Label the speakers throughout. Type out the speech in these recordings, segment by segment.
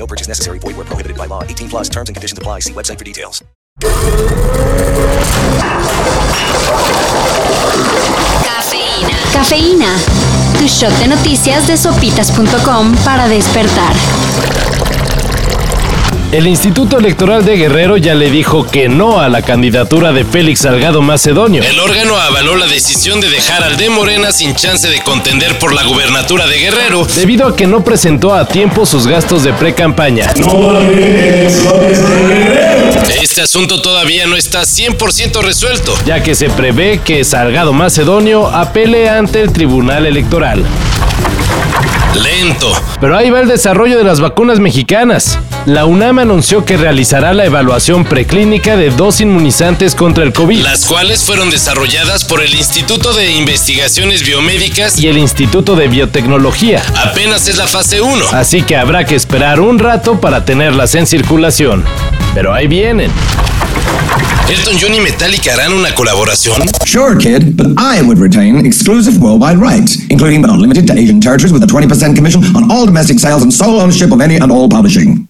Speaker 1: No purchase necessary. Void where prohibited by law. 18 plus terms and conditions apply. See website for details.
Speaker 2: Cafeína. Cafeína. Tu shot de noticias de sopitas.com para despertar.
Speaker 3: El Instituto Electoral de Guerrero ya le dijo que no a la candidatura de Félix Salgado Macedonio. El órgano avaló la decisión de dejar al de Morena sin chance de contender por la gubernatura de Guerrero debido a que no presentó a tiempo sus gastos de pre-campaña. Este asunto todavía no está 100% resuelto, ya que se prevé que Salgado Macedonio apele ante el Tribunal Electoral. Lento. Pero ahí va el desarrollo de las vacunas mexicanas. La UNAM anunció que realizará la evaluación preclínica de dos inmunizantes contra el COVID. Las cuales fueron desarrolladas por el Instituto de Investigaciones Biomédicas y el Instituto de Biotecnología. Apenas es la fase 1. Así que habrá que esperar un rato para tenerlas en circulación. Pero ahí vienen. Elton John y Metallica harán una colaboración.
Speaker 4: Sure, kid, but I would retain exclusive worldwide rights, including but not limited to Asian territories with a 20% commission on all domestic sales and sole ownership of any and all publishing.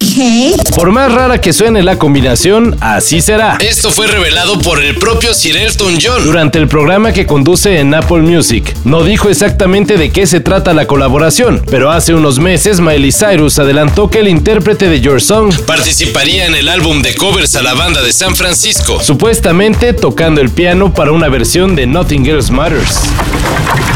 Speaker 3: Por más rara que suene la combinación, así será. Esto fue revelado por el propio Sir Elton John durante el programa que conduce en Apple Music. No dijo exactamente de qué se trata la colaboración, pero hace unos meses Miley Cyrus adelantó que el intérprete de Your Song participaría en el álbum de covers a la banda de San Francisco, supuestamente tocando el piano para una versión de Nothing Else Matters.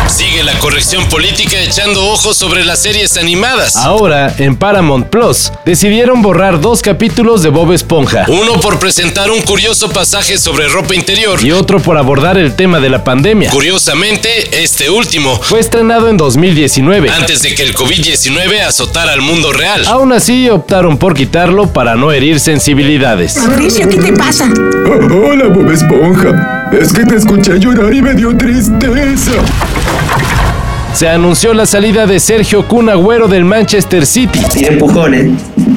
Speaker 3: Sigue la corrección política echando ojos sobre las series animadas. Ahora, en Paramount Plus, decidieron borrar dos capítulos de Bob Esponja. Uno por presentar un curioso pasaje sobre ropa interior. Y otro por abordar el tema de la pandemia. Curiosamente, este último fue estrenado en 2019. Antes de que el COVID-19 azotara al mundo real. Aún así, optaron por quitarlo para no herir sensibilidades.
Speaker 5: Mauricio, ¿qué te pasa?
Speaker 4: hola, Bob Esponja. Es que te escuché llorar y me dio tristeza.
Speaker 3: Se anunció la salida de Sergio Kun Agüero del Manchester City.
Speaker 6: Tiré empujón, ¿eh?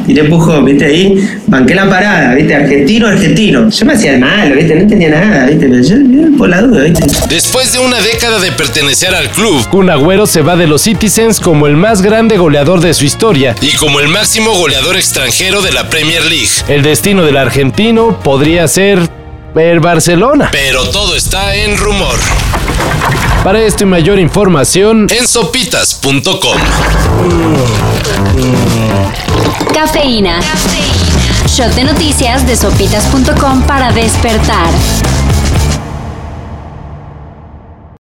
Speaker 6: Tiré empujón, ¿viste? Ahí banqué la parada, ¿viste? Argentino, argentino. Yo me hacía el malo, ¿viste? No entendía nada, ¿viste? Pero yo, yo, por la duda, ¿viste?
Speaker 3: Después de una década de pertenecer al club, Kun Agüero se va de los Citizens como el más grande goleador de su historia y como el máximo goleador extranjero de la Premier League. El destino del argentino podría ser el Barcelona. Pero todo está en rumor. Para esto y mayor información en sopitas.com.
Speaker 2: Cafeína. Shot de noticias de sopitas.com para despertar.